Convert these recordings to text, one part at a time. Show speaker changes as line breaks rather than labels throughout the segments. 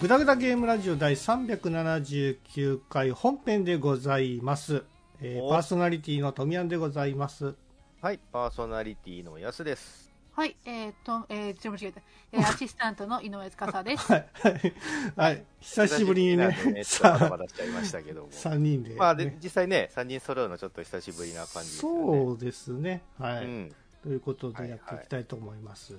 ぐだぐだゲームラジオ第379回本編でございます、えー
お
パーソナリティのトミヤンでござい ます
はい、パーソナリティのやすです。
はい、えー、と、えー、ちょ、間違えた。 えー、アシスタントの井上司です。
はいはいはい久しぶりにね
久しぶりなんでちょっとバタバ
3
タしちゃいましたけども。
人で,、ね
まあ、で、実際ね、3人揃うのちょっと久しぶりな感じですよね。
そうですねはい、
うん。
ということでやっていきたいと思います、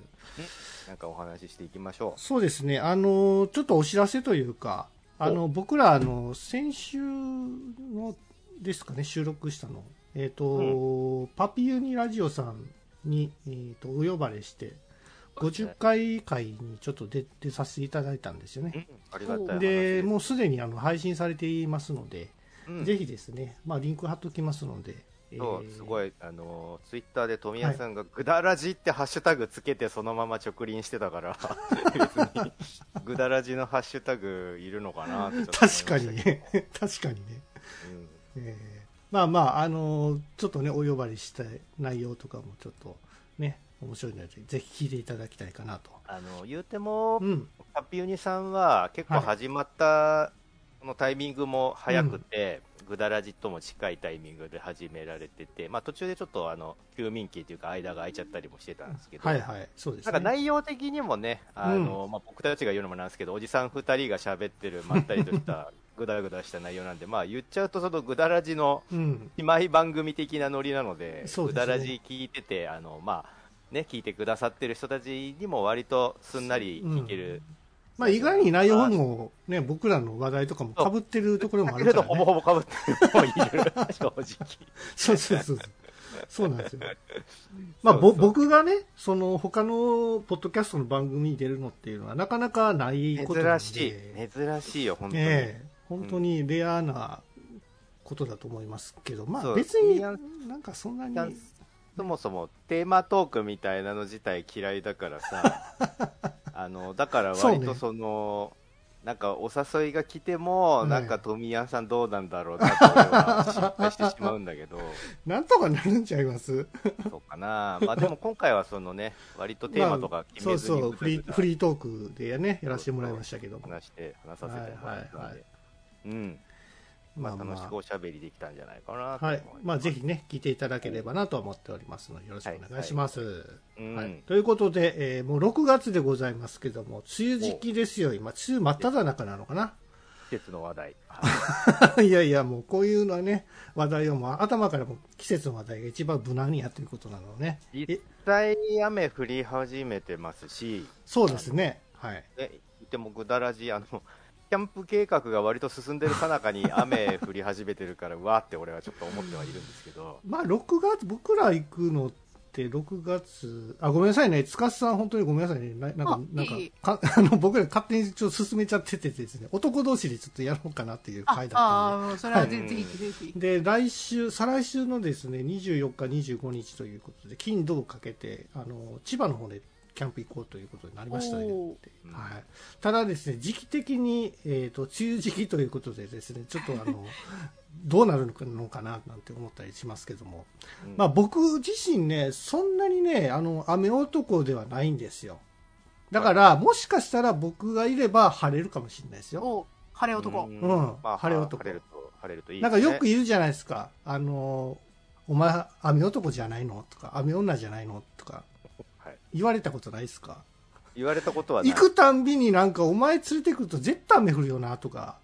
なんかお話ししていきましょ
そうですね、あのちょっとお知らせというか、あの僕らあの、先週のですかね、収録したの、えーとパピユニラジオさんに、えー、とお呼ばれして、50回会にちょっと出出させていただいたんですよ
う。う
ね。
ん、ありがたい話
で、
す
もうすでにあの配信されていますので、
うん
ぜひですね、まあ、リンク貼っときますので、え
そ
ー
う、すごい、あのツイッターで富谷さんがぐだらじってハッシュタグつけてそのまま直輪してた から、別に、ぐだらじのハッシュタグいるのかなってちょっと思いまし
確
た
か
けど
にね、 確かにね。
うん
えーまあまあ、あのーちょっとね、お呼ばれした内容とかもちょっとね、面白いので、ぜひ聞いていただきたいかなと。
あの、言うても
う、ん。
ハッピーユニさんは結構始まったこのタイミングも早くて、ぐだらじとも近いタイミングで始められてて、まあ、途中でちょっとあの休眠期というか間が空いちゃったりもしてたんですけど、
はいはい、そうです
な
ね。
んか内容的にもねあの、まあ、僕たちが言うのもなんですけどおじさん2人が喋ってるまったりとした ぐだぐだした内容なんで、まあ、言っちゃうとそのぐだらじの
うん。
姉妹番組的なノリなので、
そうで
ぐ
すね
だらじ聞いてて、あのまあね、聞いてくださってる人たちにも割とすんなり聞ける、
まあ意外に内容もね、僕らの話題とかも被ってるところもあるか
だ
ら、
けど
ね。
ほぼほぼ被ってる人もいる、正直。
そうそうそう。そうなんですよ。まあ、ぼ僕がね、その他のポッドキャストの番組に出るのっていうのはなかなかないことなんで。
珍しい、珍しいよ、本当に。
ええ本当にレアなことだと思いますけど、ま
そ
あ
う
別に
いや
なんかそんなに、
いやそもそもテーマトークみたいなの自体嫌いだか らさ、あのだから割とその、なんかお誘いが来ても、
うん
なんか富谷さんどうなんだろうなと俺は心配してしまうんだけど、
なんとかなるんちゃいます
そうかな、まあでも今回はそのね、割とテーマとか決
そ
め
う
ずに
そう、
ぐ
フ
だ
リ
ぐ
ー
だ
フリートークでね、やらせてもらいましたけども。
話して話させてもらったんで、
はいはいはい
うん、まあ楽しくおしゃべりできたんじゃないかなと
はい
思います。。
まあぜひね、聞いていただければなと思っておりますので、よろしくお願いします。
うん、
はい、ということで、えーもう6月でございますけども、梅雨時期ですよ、今、梅雨真っ只中なのかな。
季節の話 題。
いやいや、もうこういうのはね、話題をもう頭からもう季節の話題が一番無難にやってることなのね。
実際雨降り始めてますし、
そうですね。はい。
えでもぐだらじ、あの、キャンプ計画が割と進んでるさなか に雨降り始めてるから、うわーって俺はちょっと思ってはいるんですけど、
まあ、6月、僕ら行くのって6月、あ、ごめんなさいね。つかさん、本当にごめんなさいね。ななんか
あ、
なんか
いい
か、 あの、僕ら勝手にちょっと進めちゃっててですね、男同士でちょっとやろうかなっていう
あ
回、だっ
あー、もうそれはぜ
はい
ぜひぜひ
た。んで。で、来週、再来週のですね、24日、25日ということで、金、土かけて、あの、千葉の方でキャンプ行こうということになりましたね。
おー
うん
はい、ただですね、時期的に、えー、と梅雨時期ということでですね、ちょっとあのどうなるのかななんて思ったりしますけども、
うん
まあ、僕自身ね、そんなにね、あの雨男ではないんですよ。だから、もしかしたら僕がいれば晴れるかもしれないですよ。
お、晴れ男。
うん晴れ男
晴れると、晴れるといい
な
で
ん
す
か
ね。
よく言うじゃないですか、あのお前、雨男じゃないのとか、雨女じゃないのとか
はい
言われたことないですか、
言われたことはない
行。くたんびになんか、お前連れてくると絶対雨降るよなとか。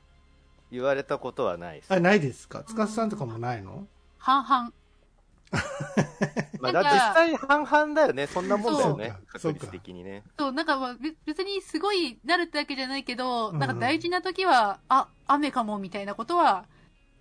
言われたことはないです
あ。ないですか司さんとかもないの
半
まあ、
な
だ
んか
実際半々だよね。そんなもんだよね。
そ
確
うか
率的にね。
々。そう、なんかまあべ別にすごいなるってわけじゃないけど、
うん
なんか大事な時は、あ、雨かもみたいなことは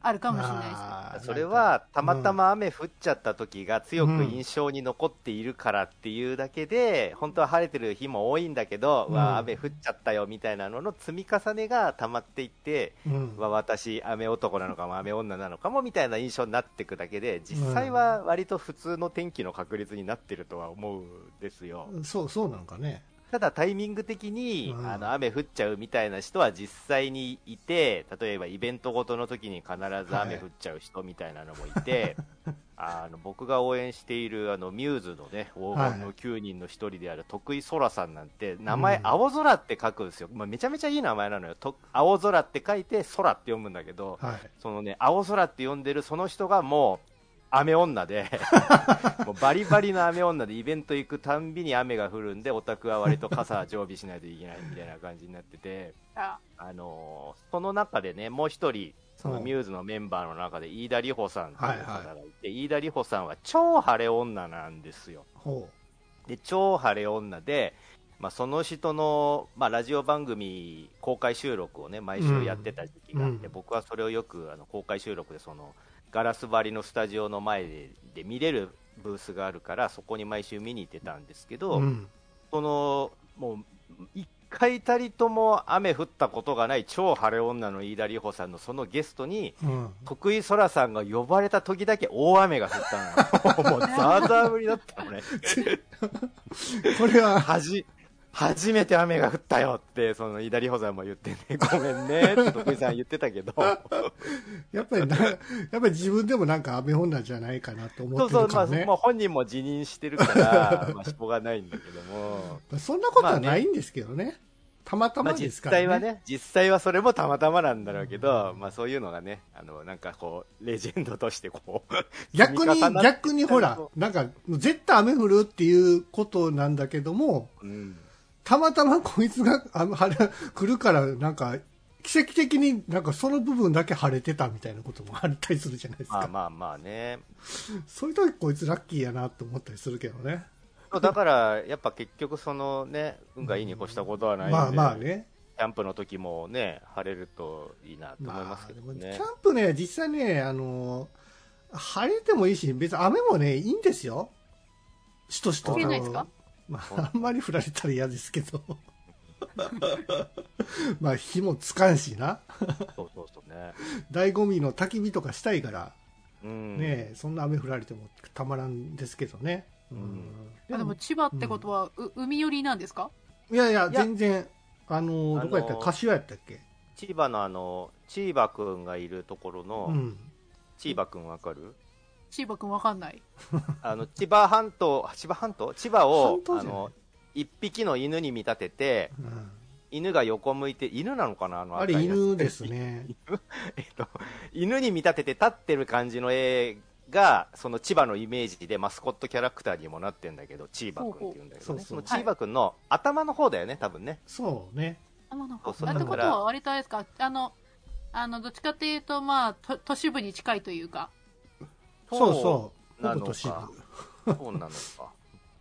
あるかもしれないですね。
あー
それは、たまたま雨降っちゃった時が強く印象に残っているからっていうだけで、本当は晴れてる日も多いんだけど、
うん
わあ雨降っちゃったよみたいなのの積み重ねが溜まっていって、
うん
わあ私、雨男なのかも雨女なのかもみたいな印象になっていくだけで、実際は割と普通の天気の確率になってるとは思うんですよ。
そうそうなのかね
ただタイミング的に、
うん
あの雨降っちゃうみたいな人は実際にいて例えばイベントごとの時に必ず雨降っちゃう人みたいなのもい て、あの僕が応援しているあのミューズのね黄金の9人の1人である徳井空さんなんて名前
うん
青空って書くんですよ、まあ、めちゃめちゃいい名前なのよと青空って書いて空って読むんだけど、
はい。
そのね、青空って呼んでるその人がもう、雨女 で、もうバリバリの雨女で、イベント行くたんびに雨が降るんで、オタクは割と傘常備しないといけないみたいな感じになって て、
あ
あのーその中でね、もう一人、そのミューズのメンバーの中で、飯田里穂さんという方がいて、飯田里穂さんは超晴れ女なんですよ。
ほ
で超晴れ女で、まあ、その人の、まあ、ラジオ番組公開収録をね毎週やってた時期があって、
うん
僕はそれをよくあの公開収録でそのガラス張りのスタジオの前でで見れるブースがあるからそこに毎週見に行ってたんですけ
う。
ど、
うん。
そのもう一回たりとも雨降ったことがない超晴れ女の飯田里穂さんのそのゲストに
うん。
徳井空さんが呼ばれた時だけ大雨が降った のよもうザーザー降りだったのね
これは、
はじ、初めて雨が降ったよって、その、左保山も言ってね、 ごめんね、って徳井さん言ってたけど、
やっぱりな、 やっぱり自分でもなんか雨女じゃないかなと思
そ
っ
う
て
そ
る
う、ま
か
あ、
らね。
もう本人も辞任して るから、まあ、しょうがないんだけども、
まあそんなこと
ま
は
あね
ないんですけどね。たまた
ま
ま
あ、
です
実
からね。
際はね、実際はそれもたまたまなんだろうけど、まあ、そういうのがね、あの、なんかこう、レジェンドとしてこう、
逆
積み
に
重な、って
逆にほら、なんか、絶対雨降るっていうことなんだけども、
うん、
たまたまこいつがあの晴れ来るから、なんか、奇跡的になんかその部分だけ晴れてたみたいなこともあったりするじゃないです
まあ
か。
まあまあね、
そういう時こいつラッキーやなと思ったりするけどね。
そうだから、やっぱ結局、そのね、運がいいに越したことはないんで、
まあまあね。
キャンプの時もね、晴れるといいなと思いますけど
まあ
ね。
でもキャンプね、実際ね、あの、晴れてもいいし、別に雨もね、いいんですよ。しとしと。
降り
ないですか
まあ、あんまり降られたら嫌ですけ ど。まあ、火もつかんしな。
そうそうそうね。
醍醐味の焚き火とかしたいから、
うん。
ね、そんな雨降られてもたまらんですけどね。うん
うん
で
で
も
も千葉ってことは、う海寄りなんですか
いやいや、
いや
全然、あの、
あの
どこやったっけ柏やったっけ
千葉のあの、千葉くんがいるところの、
うん。
千葉くんわかる
千葉くんわかんない。
あの、千葉半島、千葉半島千葉を
半、島
あ
じゃない
の、一匹の犬に見立てて、
うん
犬が横向いて、犬なのかなあの
あ
赤
れ
いやつ
犬です。ね。
えっと、犬に見立てて立ってる感じの絵が、その千葉のイメージでマスコットキャラクターにもなってんだけど、千葉くんって言うんだけどね。
ほうほうそう
そ
そう
の千葉くんの頭の方だよね、多分ね。
そうね。
あのなん
そ
か
うそう
あって
だ
こ
か
と
ら
は割とあれですかあの、あの、どっちかっていうと、まあ、と都市部に近いというか、
そうそう。ほ
なの
ぼ都
か
市部。
う。そうなのか。そ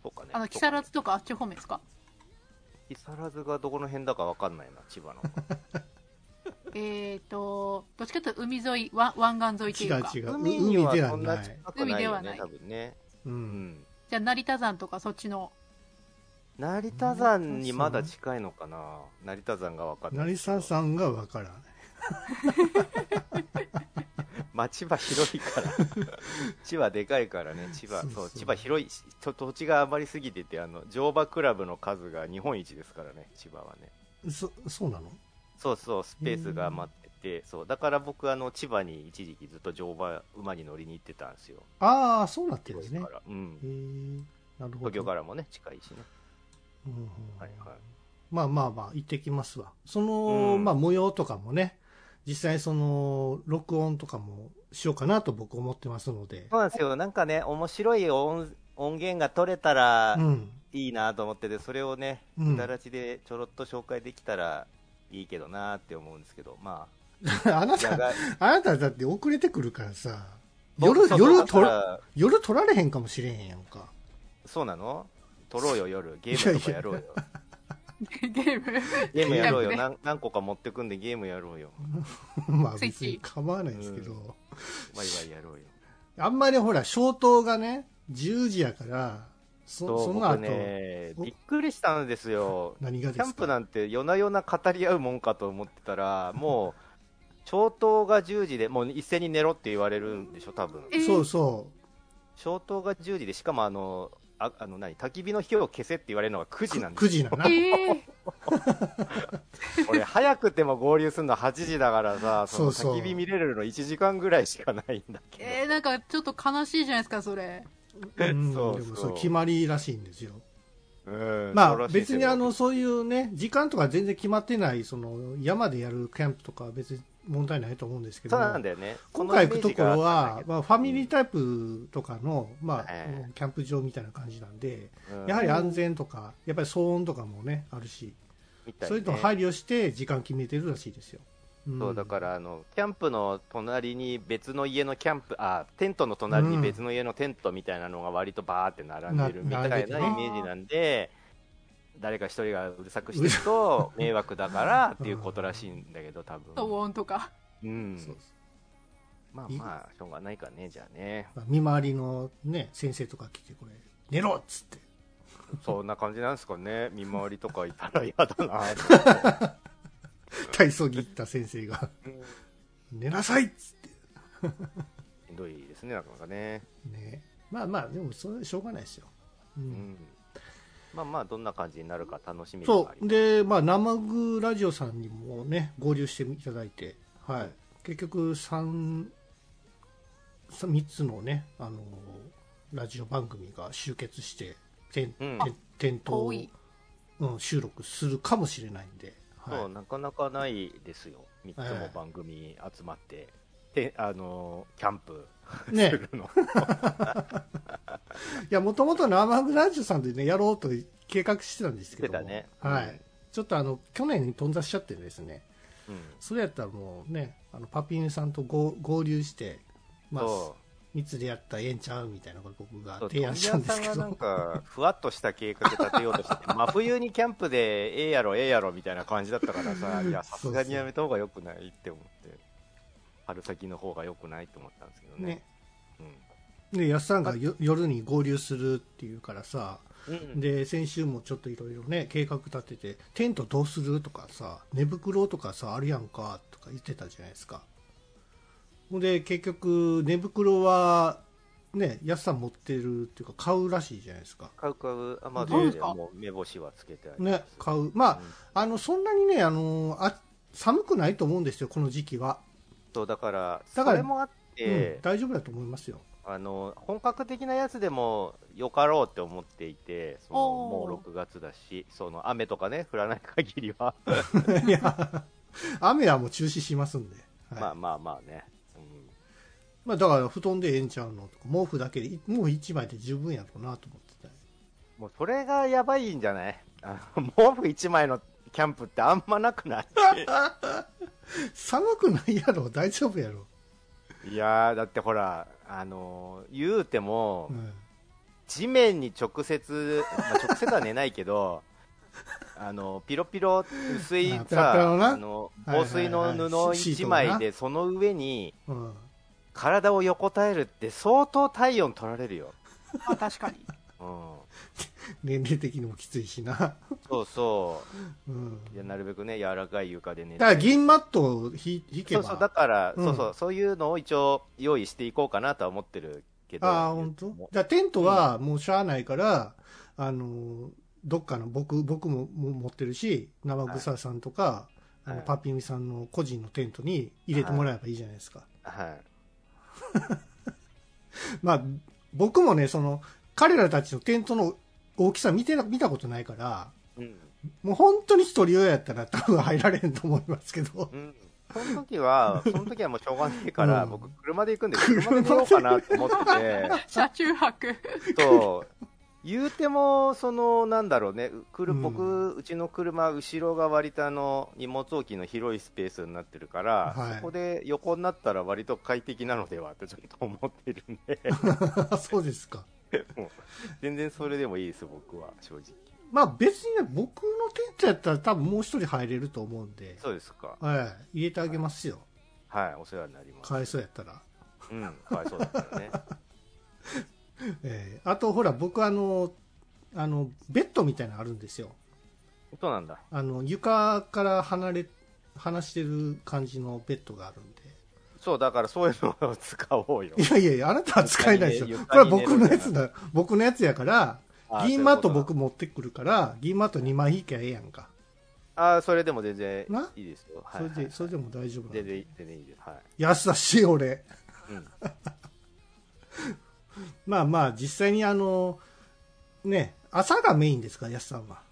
うかね。
あの、木更津とかあっち方面ですか
木更津がどこの辺だかわかんないな、千葉の。
えーと、どっちかっていうと海沿い、わ湾岸沿いというか、
違う違う。
海には
海で
そ
は
んな
ない。
近くないよね、
海ではない
多分ね。
う。
うんん。
じゃあ成田山とかそっちの、
成田山にまだ近いのかな成田山が分かんない。
成沢さんがわからない。
町場広 いから。千葉でかいからね、千葉。
そう
そ
そう
う、千葉広いし、と土地が余りすぎてて、あの、乗馬クラブの数が日本一ですからね、千葉はね。
そ、そうなの
そうそう、スペースが余ってて、そう、だから僕、あの、千葉に一時期ずっと乗馬、馬に乗りに行ってたんですよ。
ああ、そうなってるんで
広
す
い
ね
か。ら。うん
へ。ーなるほど。
東京からもね、近いしね。
うんうん
はいはい。
まあまあまあ、行ってきますわ。その、
うん
まあ模様とかもね、実際その、録音とかもしようかなと僕思ってますので。
そうなんですよ。なんかね、面白い音音源が取れたら
うん。
いいなと思ってて、それをね、
うん
くだらちでちょろっと紹介できたらいいけどなって思うんですけど、ま
あな
あ、や
た、
が
あなただって遅れてくるからさ、
そう
夜、
そう
夜
だか
取ら、
ら
夜取られへんかもしれへんやんか。
そうなの撮ろうよ、夜。ゲームとかやろうよ。
ゲ ーム。
ゲームやろう
い
よ。
や
何何個か持ってくんでゲームやろうよ。
まあ
つい
別
つい
に構わないですけど。
ワイワイやろうよ。
あんまりほら、消灯がね、10時やから、そ
そう
その後、
僕ね、
お
びっくりしたんですよ。
何がです
キャ
か
ンプなんて夜な夜な語り合うもんかと思ってたら、もう、消灯が10時で、もう一斉に寝ろって言われるんでしょ、多分
えー
そうそ
消灯が10時で、しかもあの、ああの何焚き火の火を消せって言われるのが9時なんです
9時だな。
ええ
俺早くても合流するの8時だからさその
そうそう
焚き火見れるの1時間ぐらいしかないんだけど、
えーなんかちょっと悲しいじゃないですか、それ。
うん
そうそう
でもそれ決まりらしいんですよ。
うん
ま
そう
あ
らしいで
別
すよ
にあのそういうね、時間とか全然決まってない、その山でやるキャンプとかは別に問題ないと思うんですけ
そ
ど
う、なんだよね
今回行くところは、ま
そのイメージがあったんだ
あ、ファミリータイプとかの、まあ
え、
キャンプ場みたいな感じなんで、
けどうん
やはり安全とか、やっぱり騒音とかもね、あるし、
みたいね
そういうのを配慮して時間決めてるらしいですよ。ん
そうだか、らあのキャンプの隣に別の家のキャンプあテントの隣に別の家のテントみたいなのが割とバーって並んでるみ
な
たいなイ
並んでてね
メージなんで、誰か一人がうるさくして ると迷惑だからっていうことらしいんだけど多
騒
分、
音とか。
うん、
そう
まあまあしょうがないかねじゃあね
まあ見回りのね、先生とか来て、これ、寝ろっつって。
そんな感じなんですかね見回りとかいたら嫌だなって
体操着行った先生が
う
「
ん
寝なさい!」っつって
ひどいですねなかなかね、
ねまあまあでもそれしょうがないですよ、う、
うんん、まあまあどんな感じになるか楽しみでは
そ
あり
う
ます
でまあ生グラジオさんにもね合流していただいてはい、
うん
結局三三三つのねあのラジオ番組が集結して点
うん
点
多
灯
い。
うん、収録するかもしれないんで、
そ
は
うなかなかないですよ、3つも番組集まって、てあのーキャンプ
い、ね
するの、
いや、もともと生グラジオさんでね、やろうと計画してたんですけども
してたね
は
うん
い。ちょっとあの、去年に頓挫しちゃってですね、
うん
それやったらもうね、あの、パピンさんと合合流して、まあ、
そ
密でやったらええんちゃうみたいなこと僕が
う
提案したんですけ
富
ど、
澤さんがなんか、ふわっとした計画立てようと してて、真冬にキャンプでええやろ、ええやろみたいな感じだったからさ、いや、さすがにやめた方がよくないって思って、春先の方がよくないって思ったんですけどね
ね。。
う
で、安さんがよ夜に合流するっていうからさ、
んうん
で、先週もちょっといろいろね、計画立てて、テントどうするとかさ、寝袋とかさ、あるやんか、とか言ってたじゃないですか。ほんで、結局、寝袋は、ね、安さん持ってるっていうか、買うらしいじゃないですか。
買う買う、アマ
そう
ゾン
です
で
か
もう目星はつけてあります
ね、買う。まあ、あの、そんなにね、あの、あ寒くないと思うんですよ、この時期は。
そうだから、
だから
それもあっ
う
て
ん、、大丈夫だと思いますよ。
あの本格的なやつでもよかろうって思っていてその
おー
もう6月だしその雨とかね 降らない限りは、
いや、雨はもう中止しますんで。はい
まあまあまあね、うん
まあだから布団でええんちゃうのとか毛布だけでいもう1枚で十分やろうなと思ってた
もうそれがやばいんじゃない あの毛布1枚のキャンプってあんまなくない
寒くないやろ大丈夫やろ、
いやーだってほらあのー言うても、
うん、
地面に直接、まあ、直接は寝ないけど あのピロピロ薄い
まあペラペラ
さ
のな
あの
はいはい
防
はい
水の布
シシート
1
がな
枚でその上に
うん、
体を横たえるって相当体温取られるよ、
あ、確かに。
うん、
年齢的にもきついしな、
そうそ
うん、
ういやなるべくね柔らかい床で寝
だか
て
ら銀マットをひ引け
そ
ば
うそうだから、
うん
そうそうそういうのを一応用意していこうかなとは思ってるけど
ああ本当
も
じゃあテントはもうしゃあないから、あのどっかの僕僕もも持ってるし生草さんとか、
はい
あの
はい
パピミさんの個人のテントに入れてもらえばいいじゃないですか、
はい
まあ、僕もね、その、彼らたちのテントの大きさ見てな、見たことないから、
うん
もう本当に一人用やったら多分入られんと思いますけど
う、ん、その時は、その時はもうしょうがないから、
うん
僕、車で行くんで、車で寝ようかなと思って
車中泊。
て、そう、言うても、その、なんだろうね、うくる
うん
僕、うちの車、後ろが割とあの、荷物置きの広いスペースになってるから、
はい
そこで横になったら割と快適なのではってちょっと思ってるん で、
そうですか。
もう全然それでもいいです、僕は、正直。
まあ別にね、僕のテントやったら多分もう一人入れると思うんで、
そうですか。
はい、入れてあげますよ。
はい、お世話になります。
かわいそうやったら。
うん、かわいそうだからね。
えーあとほら、僕あの、あの、ベッドみたいなのあるんですよ。
そうなんだ。
あの、床から離れ、離してる感じのベッドがある んで。
そう、だからそういうのを使おうよ。
いやいやいや、あなたは使えないですよ。これ
床
は
にね
僕のやつだ。僕のやつやから、
あー
銀マッ
そ
ト
ういうこと
僕持ってくるから、銀マット2枚引きゃええやんか。
ああ、それでも全然
ない
いですよ。は
そ
い
れ
はい
で、それでも大丈夫な
全
んで。
然いい、全然いいです。はい。
安だし、俺。
うん。
まあまあ、実際にあの、ね、朝がメインですから、安さんは。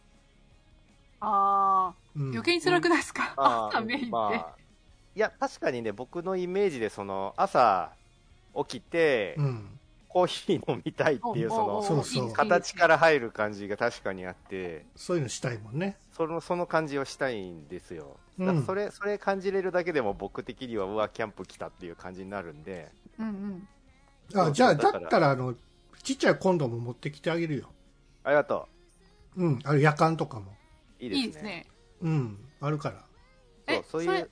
ああ、
うん
余計に辛くないですか、
あ
朝メインって。
まあ、いや、確かにね、僕のイメージで、その、朝、起きて、
うん。
コーヒー飲みたいっていう、そ
おお
の、
お
そうそう
いい
形から入る感じが確かにあって、
そういうのしたいもんね。
その、その感じをしたいんですよ。
うん
だからそれ、それ感じれるだけでも僕的には、うわ、キャンプ来たっていう感じになるんで、
うんうん。
あ、じゃあ、だ
だから
ったら、あの、ちっちゃいコンドーム持ってきてあげるよ。
ありがと
うん。あれ、夜間とかも。
う。いいですね。
いいですね。
うん。あるから。
そう
え、
そ
そう
いう
れ、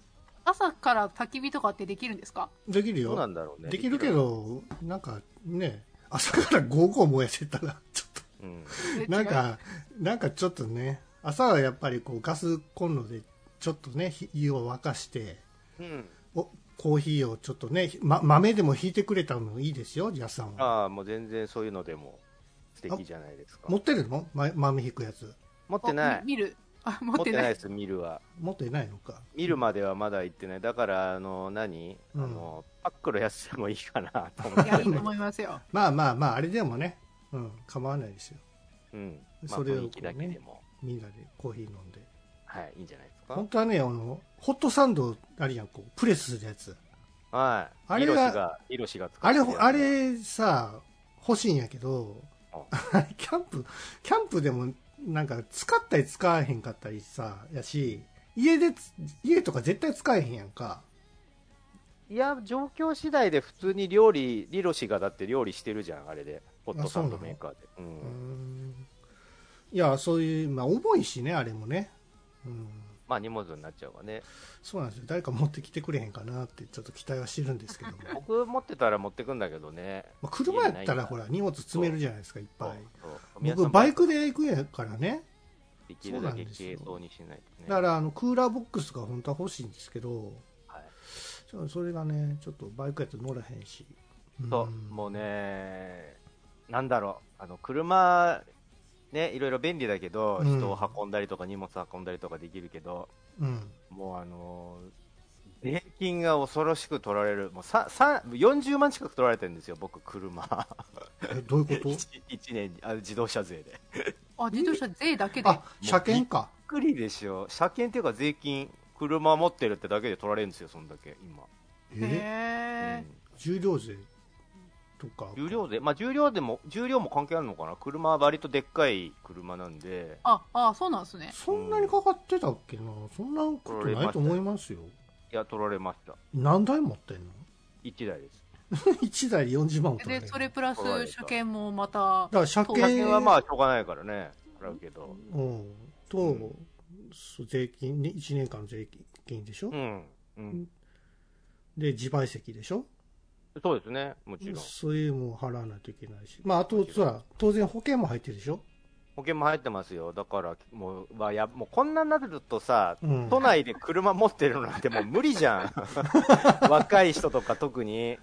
朝から焚き火とかってできるんですか
できる
どうな
よ。
んだろうね。
できるけ。ど、なんかね、朝からゴーゴー燃やせたら、ちょっと。
うん。
え
なん、か、なんかちょっとね、朝はやっぱりこうガスコンロでちょっとね、ひ湯を沸かして、
うん。
おコーヒーをちょっとね、ま、豆でもひいてくれたのいいですよ、ジャスさんは。
ああ、もう全然そういうのでも素敵じゃないですか。
持ってるの、ま、豆引くやつ。
持っ
違う
てな
あ
い。
み見る。あ、持
持
っ
って
て
な
ないい。
です、見るは。
持ってないのか。
見るまではまだ行ってない。だから、あの、何、
うん
あの、パックのやつでもいいかなと思っ
いや、いい
て。
と思いますよ。
まあまあまあ、あれでもね、うん、構わないですよ。
うん。まあ、
それを
雰囲気だけでも、
みんなでコーヒー飲んで。
はい、いいんじゃないですか
本。当はね、あの、ホットサンドあるやん、こう、プレスするやつ。
はい。
あ
あ
れ
れ
が
が、イロシが使
あ
って
れ、
るやつ
あれさ、欲しいんやけど
あ、
キャンプ、キャンプでもなんか使ったり使わへんかったりさ、やし、家でつ、家とか絶対使えへんやんか。
いや、状況次第で普通に料理、リロシがだって料理してるじゃん、あれで。ホットサンドメーカーで。
う
う。
んーん。いや、そういう、まあ重いしね、あれもね。うん。
まあ、荷物になっちゃうわね。
そうなんですよ。誰か持ってきてくれへんかなってちょっと期待はしてるんですけど も。
僕持ってたら持ってくんだけどね。
まあ、車やったらほら、荷物詰めるじゃないですか、いっぱい。
そうそう皆さ
僕、
ん
バイクで行くんやからね。
できるだけ軽装にしないとね。
だからあのクーラーボックスが本当は欲しいんですけど、
はい
ちょそれがねちょっとバイクやと乗らへんし
そう、
ん
もうね、なんだろう、あの車、ね、いろいろ便利だけど、
うん
人を運んだりとか荷物運んだりとかできるけど、
うん
もうあのー税金が恐ろしく取られる、もうささ40万近く取られてるんですよ、僕、車、
えどういう こ
1, 年にあ自動車税で。びっ
あ、自動車税だけ
と
で。
あ車検か
くりでしょ、車検っていうか税金、車持ってるってだけで取られるんですよ、そんだけ、今。
え
う
へえ
ん。
重量税とか
重量で、まあ、重量でも、重量も関係あるのかな、車は割とでっかい車なんで、
あ、あ、そうなんですね。
そんなにかかってたっけなそんなことないと思いますよ
いや、取られました、
何台持ってんの
1台です。
1台で40万も取られ
で、
る
それプラス車検もまた
だ、から車
車検
検
はまあ、しょうがないからね、払うけど、
うんと、
うん
そう税金ね1年間の税金でしょ、
うん、うん、
で自賠責でしょ
そうですね、もちろん、保
そういうのも払わないといけないし、まあ、あとさ、当然保険も入ってるでしょ、
険も入ってますよ、だから、もう、まあ、やもうこんなになるとさ、
うん、
都内で車持ってるなんてもう無理じゃ ん、若い人とか特に、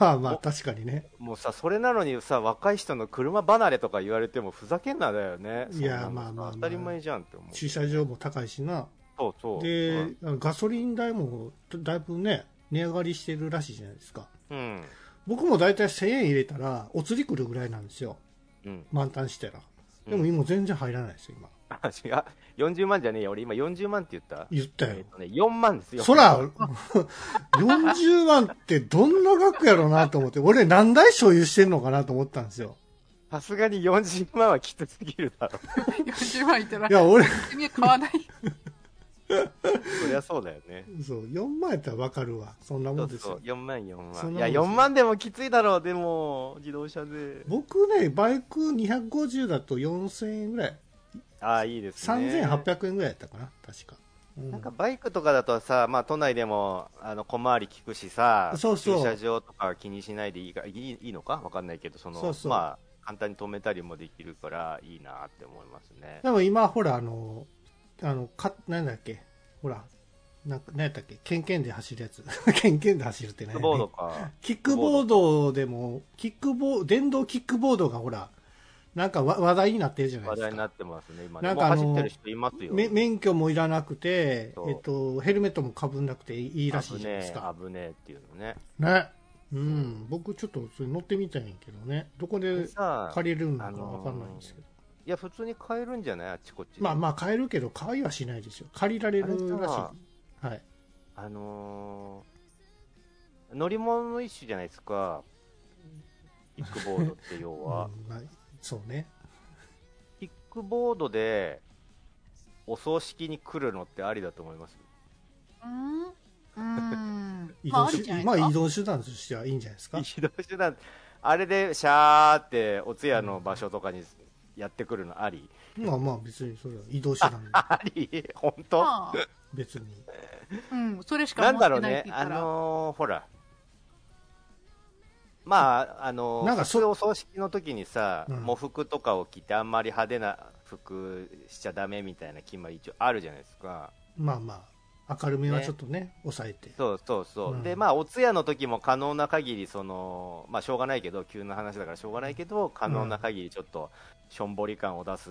まあまあ、確かにね、
もうさ、それなのにさ、若い人の車離れとか言われても、ふざけんなだよね、
いや
そんな
ま
のさ
あまあまあ
当たり前じゃんって思う。
駐車場も高いしな、
そうそう
で、あのガソリン代もだいぶね、値上がりしてるらしいじゃないですか、
うん、
僕も大体1000円入れたら、お釣り来るぐらいなんですよ、
うん、
満タンしてら、
うん
でも今、全然入らないですよ、今、
あ違う、40万じゃねえよ、俺今40万って言った
言った
え
よ
っ、とね、4万ですよ。
そら、40万ってどんな額やろうなと思って、俺、何台所有してんのかなと思ったんですよ。
さすがに40万はきつすぎるだろ。
40万いったら
い、や俺
買わない。
そりゃそうだよね。
そう、4万やったらわかるわ。そんな
そ
もん
う
です
そう
よ、。
4万、4
そん
万。い
なもんで
や、
すよ
4万でもきついだろう、でも、自動車で。
僕ね、バイク250だと4000円ぐらい。
ああ、いいですね。
3800円ぐらいやったかな、確か。うん
なんかバイクとかだとさ、まあ、都内でもあの小回り聞くしさ、
そうそう
駐車場とか気にしないでいいかいいいいのかわかんないけど、その
そうそう
まあ、簡単に止めたりもできるから、いいなって思いますね。
でも今、ほら、あの、あの、か、なんだっけ、ほら、なんか、なんやったっけ、ケンケンで走るやつ。 ケンケンで走るって
キ
ね
ックボードか。
キックボードでも、キックボー電動キックボードがほら、なんかわ話題になってるじゃないで
話
す
題にな
か。
ってますね、今
な
ね。
ん
もう
かあの
走ってる人いますよ。
め免許もいらなくて
そ、う
えっと、ヘルメットもかぶんなくていいらしいじゃないですか。
危ねえ、危ねえっていうのね。
ね。うん、
うん
僕ちょっとそれ乗ってみたいんやけどね。どこ
で
で
さ
借りれるのかわかんないんですけど。
いや、普通に買えるんじゃないあっちこっちで。
まあまあ買えるけど、買いはしないですよ。借りられるらし
あ
い。はい。
あのー乗り物の一種じゃないですか。キックボードって要
う
は。
んまあそうね。
キックボードで、お葬式に来るのってありだと思います。
うん。うーん。
移
ま
動
あ、あり
手
じゃない
まあ
です
移
か。
動手段としてはいいんじゃないですか。
移動手段、あれでシャーってお通夜の場所とかにやってくるのあり
まあまあ別にそれは移動手段で
あり本当、
まあ、
別に。
うん、それしか
なん
持
だ
っ
ろう
てないっ
ね
て、言っ
あ
たら。
のーほら、まあ、あのー
なんかそ
普通お葬式の時にさ、
うん
喪服とかを着て、あんまり派手な服しちゃダメみたいな決まり、一応あるじゃないですか、
まあまあ、明るめはちょっとね、 抑えて。
そうそうそう、
うん
で、まあ、お通夜の時も可能な限りその、まあ、しょうがないけど、急な話だからしょうがないけど、可能な限りちょっと、しょんぼり感を出す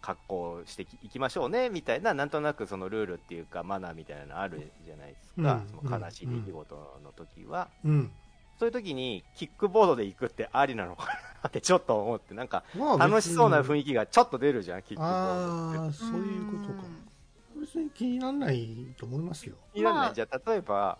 格好をしていきましょうねみたいな、なんとなくそのルールっていうか、マナーみたいなのあるじゃないですか、
うん
その悲しい出来事の時は。
うん。
そういう時にキックボードで行くってありなのかなってちょっと思って、なんか
まあ
楽しそうな
囲
雰囲気がちょっと出るじゃん、キックボード
あ
って。
あ、そういうことか。別に気にならないと思いますよ。
いらない、
まあ
じゃあ例えば、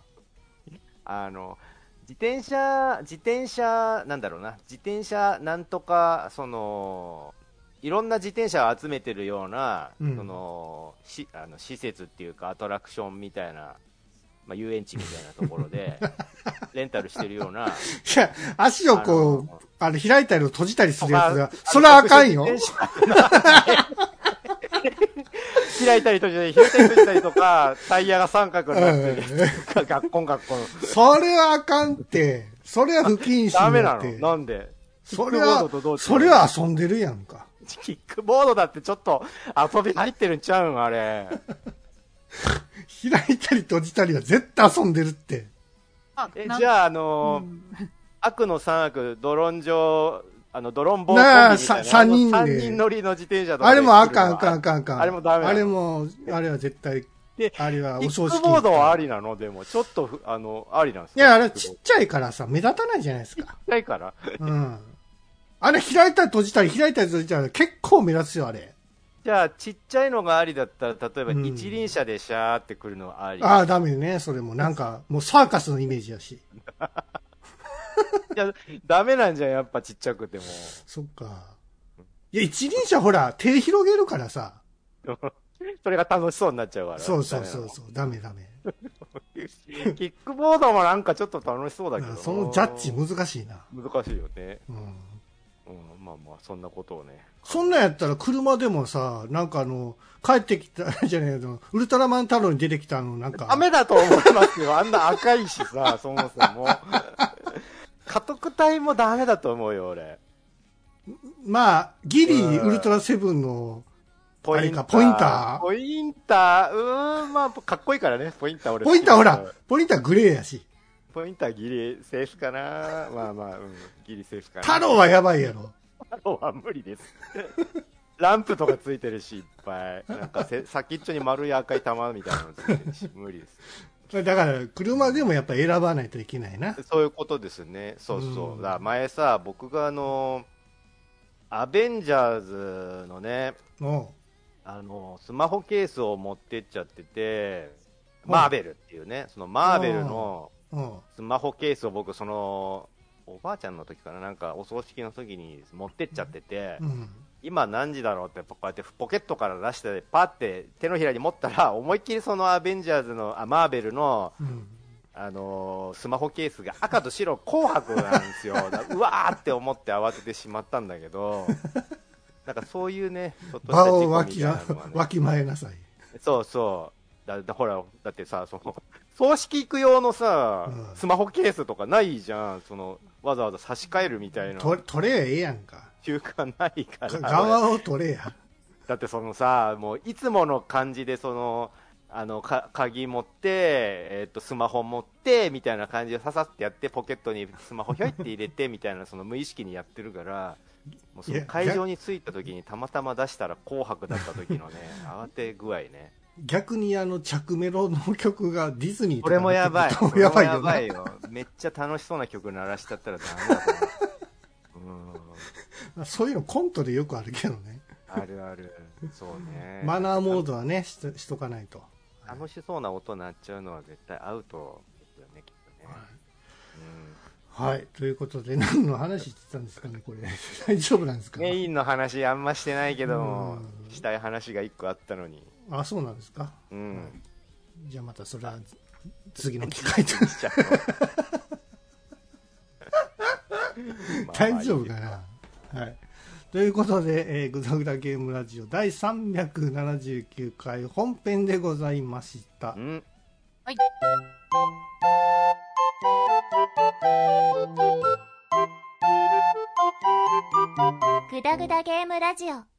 あの、自転車、自転車、なんだろうな、自転車なんとか、その、いろんな自転車を集めてるような、
うん
その、しあの施設っていうかアトラクションみたいな、まあ、遊園地みたいなところで、レンタルしてるような、
いや、足をこう、
あの
あの、開いたり閉じたりするやつが
と、か
それはあかんよ。
開いたり閉じたり、開いたり閉じたり とか、タイヤが三角になって
う
る
ん
とか、学校学校の。
それはあかんって。それは不謹
ダ
慎
メ
だ
な
っ
の
て。
なんで
それ
キックボード
は
とどう違う、
それは遊んでるやんか。
キックボードだってちょっと遊び入ってるんちゃうんあれ。
開いたり閉じたりは絶対遊んでるって。
あ、
え、
なん
じゃあ、あのー
うん
悪の三悪、ドロン上、あの、ドロンボーコンビみたい
な
な
あさ三人で
あの三人乗りの自転車とか
あれもあかん
で
あかんあ
来る
かんあかん。
あれもダメなの
あれも、あれは絶対
で、
あれは
わ
お葬
キッ
式。
クボードはありなのでも、ちょっとふ、あの、ありなんです
い
か
や、あれは
キッ
ちっ
ク
ちゃいからさ、目立たないじゃないですか。
ボードちっちゃいから。
うん。あれ開いたり閉じたり、開いたり閉じたり、結構目立つよ、あれ。
じゃあ、ちっちゃいのがありだったら、例えば
うん
一輪車でシャーってくるのはあり。
ああ、ダメね、それも。なんか、もうサーカスのイメージやし。
いや、ダメなんじゃん、やっぱちっちゃくても。
そっか。いや、一輪車ほら、手広げるからさ。
それが楽しそうになっちゃうから。
そうそうそうそう、ダメダメ。
ダメなの。キックボードもなんかちょっと楽しそうだけど。
そのジャッジ。難しいな。
難しいよね。
うん。
うん、まあまあ、そんなことをね。
そんなんやったら車でもさ、なんかあの、帰ってきた、 じゃねえの、ウルトラマン太郎に出てきたあの、なんか。
ダメだと思いますよ。あんな赤いしさ、そもそも。家督隊もダメだと思うよ、俺。
まあ、ギリ、
うん
ウルトラセブンの、
ポイン
あれ
タ
か
ー。
ポインター
ポインター、うーん、まあ、かっこいいからね、ポインター俺好
ポ
き
インターほ
だから
ら、ポインターグレーやし。
ポインターギリセーフかなまあまあ、うん、ギリセーフかな
太郎はやばいやろ。
太郎は無理です。 ランプとかついてるし、いっぱい。なんかせ 先っちょに丸い赤い玉みたいなのついてるし、無理です。
だから、車でもやっぱ選ばないといけないな。
そういうことですね。そうそうう。
ん
だから前さ、僕があの、アベンジャーズのね、
も
あの、スマホケースを持ってっちゃってて、
うん
マーベルっていうね、そのマーベルの、
う、うん。
スマホケースを僕、その、おばあちゃんの時かな、なんかお葬式の時に持ってっちゃってて、
うん。
今何時だろうって、こうやってポケットから出して、パって手のひらに持ったら、 思いっきりそのアベンジャーズの、あマーベルの、
うん。
あのースマホケースが赤と白、紅白なんで すよ、だからうわーって思って慌ててしまったんだけど、なんかそういうね、ちょっとした
場
事
を
故
わ
みた
き
いな
ら
のは、ね
わきまえなさい。
そうそう。だだほら、だってさ、その、葬式行く用のさ、
うん
スマホケースとかないじゃん。その、わざわざ差し替えるみたいな
と取れやええやんか。
習慣ない
か
か。
ら側を取れや。
だってそのさ、もういつもの感じで、その、あの、か、鍵持って、えっ、と、スマホ持って、みたいな感じでささってやって、ポケットにスマホひょいって入れて、みたいな、その無意識にやってるから、もうその会場に着いた時にたまたま出したら「紅白」だった時のね慌て具合ね
逆にあの着メロの曲がディズニーと
こ
か
れもやばい
これ
こ
も
れ
や
も
ばいよ
やば
ない
よめっちゃ楽しそうな曲鳴らしちゃったらダメだと思ううん
そういうのコントでよくあるけどね、
あるあるそうね
マナーモードはねしとしとかないと、
楽しそうな音鳴っちゃうのは絶対アウトですよねきっとね、
はいということで何の話してたんですかねこれ大丈夫なんです
う
か
ん、メインの話あんましてないけども
うん
したい話が1個あったのに
あそうなんですか
うん、
じゃあまたそれは次の機会 と
しちゃ うのまあ
大丈夫かなはいということで、えー、グダグダゲームラジオ第379回本編でございました
うん
はい。
ぐだぐだゲームラジオ